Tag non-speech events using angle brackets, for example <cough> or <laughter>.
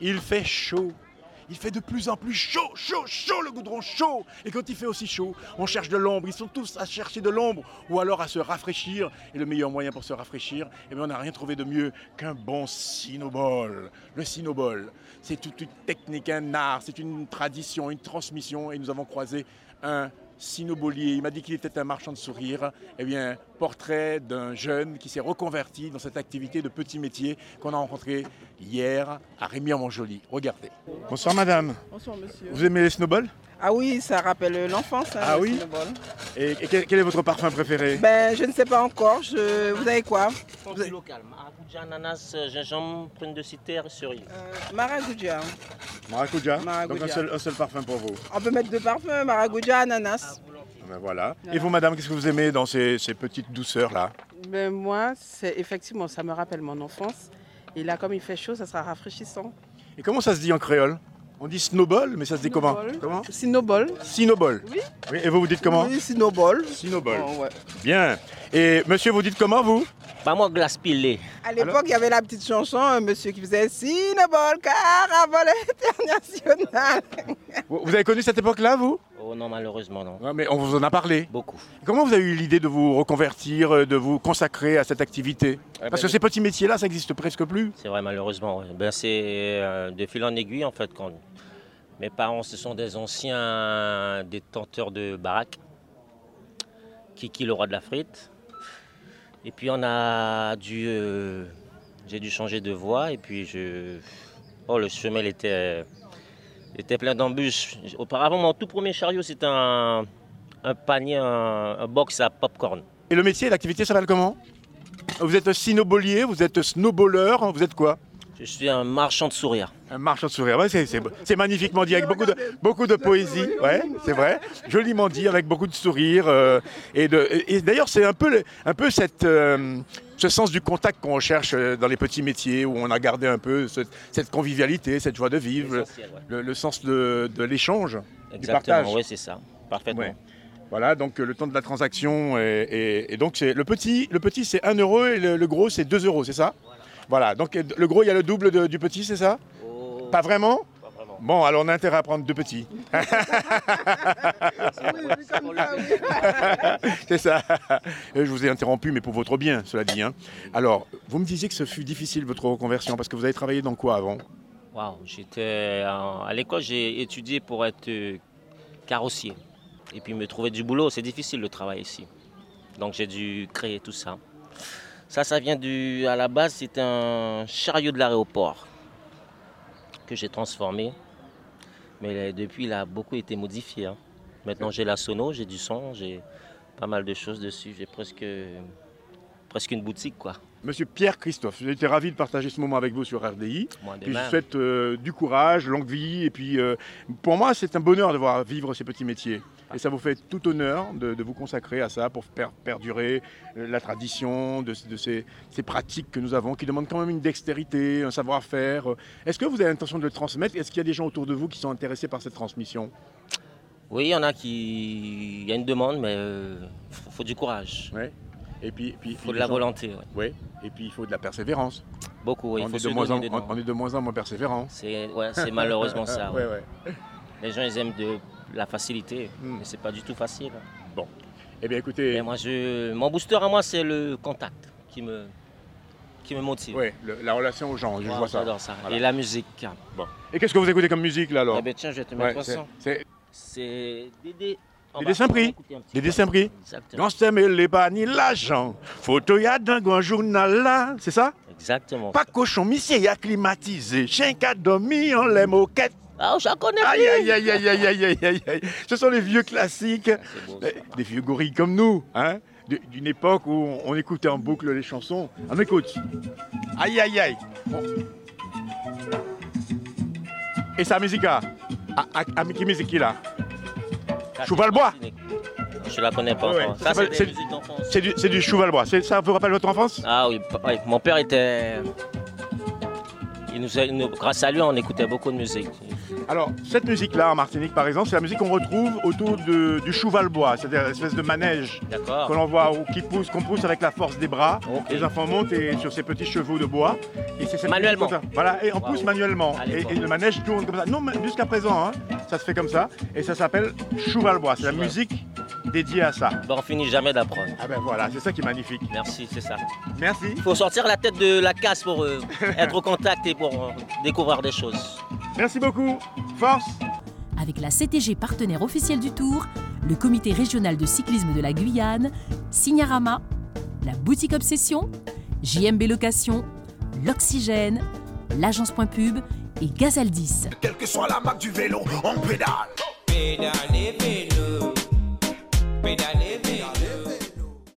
Il fait chaud. Il fait de plus en plus chaud, chaud, chaud, le goudron chaud. Et quand il fait aussi chaud, on cherche de l'ombre. Ils sont tous à chercher de l'ombre ou alors à se rafraîchir. Et le meilleur moyen pour se rafraîchir, eh bien, on n'a rien trouvé de mieux qu'un bon sinobol. Le sinobol, c'est toute une technique, un art, c'est une tradition, une transmission. Et nous avons croisé un sinobolier. Il m'a dit qu'il était un marchand de sourires. Eh bien, portrait d'un jeune qui s'est reconverti dans cette activité de petit métier qu'on a rencontré hier à Rémy-en-Montjoly. Regardez. Bonsoir madame. Bonsoir monsieur. Vous aimez les snowballs Ah oui, ça rappelle l'enfance. hein, Ah le oui snowball. et, et quel, quel est votre parfum préféré Ben je ne sais pas encore. Je... Vous avez quoi Vous êtes... local, maracuja, ananas, gingembre, prune de citerre, cerise. euh, Maracuja. Maracuja. Maracuja. Donc un seul, un seul parfum pour vous. On peut mettre deux parfums, maracuja, ananas. Ah ben voilà. Voilà. Et vous madame, qu'est-ce que vous aimez dans ces, ces petites douceurs là Ben, moi, c'est effectivement, ça me rappelle mon enfance. Et là, comme il fait chaud, ça sera rafraîchissant. Et comment ça se dit en créole On dit snowball, mais ça se dit comment Snowball. Comment Sinobol. Sinobol. Oui. Et vous vous dites comment Oui, snowball. Sinobol. Bon, ouais. Bien. Et monsieur, vous dites comment vous Bah moi, glace pilée. À l'époque, il y avait la petite chanson, un monsieur qui faisait Sinobol, caravole internationale. Vous vous avez connu cette époque-là, vous Oh non, malheureusement, non. Ouais, mais on vous en a parlé. Beaucoup. Comment vous avez eu l'idée de vous reconvertir, euh, de vous consacrer à cette activité Parce que ces petits métiers-là, ça n'existe presque plus. C'est vrai, malheureusement. ouais. Ben, c'est euh, de fil en aiguille, en fait. Quand... Mes parents, ce sont des anciens détenteurs de baraques. Kiki, le roi de la frite. Et puis, on a dû... euh, J'ai dû changer de voie. Et puis, je... Oh, le chemin, il était, il était plein d'embûches. Auparavant, mon tout premier chariot, c'était un, un panier, un, un box à popcorn. Et le métier, l'activité, ça s'appelle comment Vous êtes snowballier, vous êtes snowballer, vous êtes quoi Je suis un marchand de sourires. Un marchand de sourire. Ouais, c'est- c'est c'est magnifiquement dit, avec beaucoup de, beaucoup de poésie. Ouais, c'est vrai. Joliment dit, avec beaucoup de sourire. euh, et de- et d'ailleurs, c'est un peu, le- un peu cette, euh, ce sens du contact qu'on recherche euh, dans les petits métiers, où on a gardé un peu ce- cette convivialité, cette joie de vivre, Essentiel, ouais. le, le sens de, de l'échange. Exactement, partage. oui, c'est ça. Parfaitement. Ouais. Voilà, donc euh, le temps de la transaction. Et, et- et donc, c'est le petit, le petit c'est 1 euro et le, le gros, c'est 2 euros, c'est ça Voilà, donc euh, le gros, il y a le double de- du petit, c'est ça Oh, Pas vraiment pas vraiment. Bon, alors on a intérêt à prendre deux petits. C'est ça. <laughs> Euh, Je vous ai interrompu, mais pour votre bien, cela dit. hein. Alors, vous me disiez que ce fut difficile votre reconversion, parce que vous avez travaillé dans quoi avant Waouh, j'étais en- à l'école, j'ai étudié pour être euh, carrossier. Et puis me trouver du boulot, c'est difficile le travail ici. Donc j'ai dû créer tout ça. Ça, ça vient du. À la base, c'était un chariot de l'aéroport que j'ai transformé. Mais euh, depuis, il a beaucoup été modifié. hein. Maintenant, j'ai la sono, j'ai du son, j'ai pas mal de choses dessus. J'ai presque, presque une boutique, quoi. Monsieur Pierre Christophe, j'ai été ravi de partager ce moment avec vous sur RDI. Moi, de Puis je vous même. souhaite euh, du courage, longue vie. Et puis, euh, pour moi, c'est un bonheur de voir vivre ces petits métiers. Et ça vous fait tout honneur de, de vous consacrer à ça pour per- perdurer euh, la tradition de, de ces, ces pratiques que nous avons, qui demandent quand même une dextérité, un savoir-faire. Est-ce que vous avez l'intention de le transmettre Est-ce qu'il y a des gens autour de vous qui sont intéressés par cette transmission Oui, il y en a qui. Il y a une demande, mais il faut, faut du courage. Et puis, puis, Il faut de la les gens- volonté. ouais. Ouais. Et puis, il faut de la persévérance. Beaucoup, ouais, il on, faut est se de moins en, donner dedans. on- on est de moins en moins persévérant. Ah, C'est ouais, c'est malheureusement ça. <laughs> ouais. Ouais, ouais. Les gens, ils aiment de la facilité, Hmm. mais c'est pas du tout facile. Eh bien, écoutez, Mais moi, je, mon booster à moi, c'est le contact qui me, qui me motive. ouais, le- la relation aux gens, je Moi, vois ça. J'adore ça. Voilà. Et la musique. Et qu'est-ce que vous écoutez comme musique là alors Eh ben tiens, je vais te Ouais, mettre c'est- 300. c'est- C'est Dédé. Dédé On va- on va Saint-Prix. écouter un petit Dédé peu. Saint-Prix. Exactement. Dans ce mais les pas ni l'agent. Photo y a d'un grand journal là, c'est ça Exactement. Pas cochon, monsieur y a climatisé. Chien qui a dormi, on les moquette. Ah, je la connais Aïe plus. aïe aïe aïe aïe aïe aïe aïe aïe. Ce sont les vieux classiques. Ah, c'est beau, ça. Des Eh, des vieux gorilles comme nous, hein d- D'une époque où on, on écoutait en boucle les chansons. On écoute. Aïe aïe aïe. Bon. Et sa musique là Ah, ah, ah, mais qui musique là Cheval bois. Je la connais pas Ouais, encore. ouais. Ça Ça, c'est s'appelle- des Ah c'est- musiques d'enfance. C'est du, c'est du cheval bois. C'est- Ça vous rappelle votre enfance Ah oui, pa- ouais, mon père était. Il nous a- nous- grâce à lui, on écoutait beaucoup de musique. Alors, cette musique-là, en Martinique par exemple, c'est la musique qu'on retrouve autour de- du chouvalbois, c'est-à-dire l'espèce de manège D'accord. que l'on voit ou qui pousse, qu'on pousse avec la force des bras. Ah. Ok. Les enfants montent et- sur ces petits chevaux de bois. Et c'est cette Manuellement. musique comme ça. Voilà, et on Waouh. pousse manuellement. Allez, Et, bon. et le manège tourne comme ça. Non, mais jusqu'à présent, hein, ça se fait comme ça. Et ça s'appelle chouvalbois. C'est la Chouval. musique dédiée à ça. Bon, on finit jamais d'apprendre. Ah ben voilà, c'est ça qui est magnifique. Merci, c'est ça. Merci. Il faut sortir la tête de la casse pour <laughs> euh, être au contact et pour euh, découvrir des choses. Merci beaucoup. Force. Avec la CTG partenaire officielle du Tour, le comité régional de cyclisme de la Guyane, Signarama, la boutique Obsession, JMB Location, l'Oxygène, l'agence Point Pub et Gazaldis. Quelle que soit la marque du vélo, on pédale. Pédalez vélo, pédalez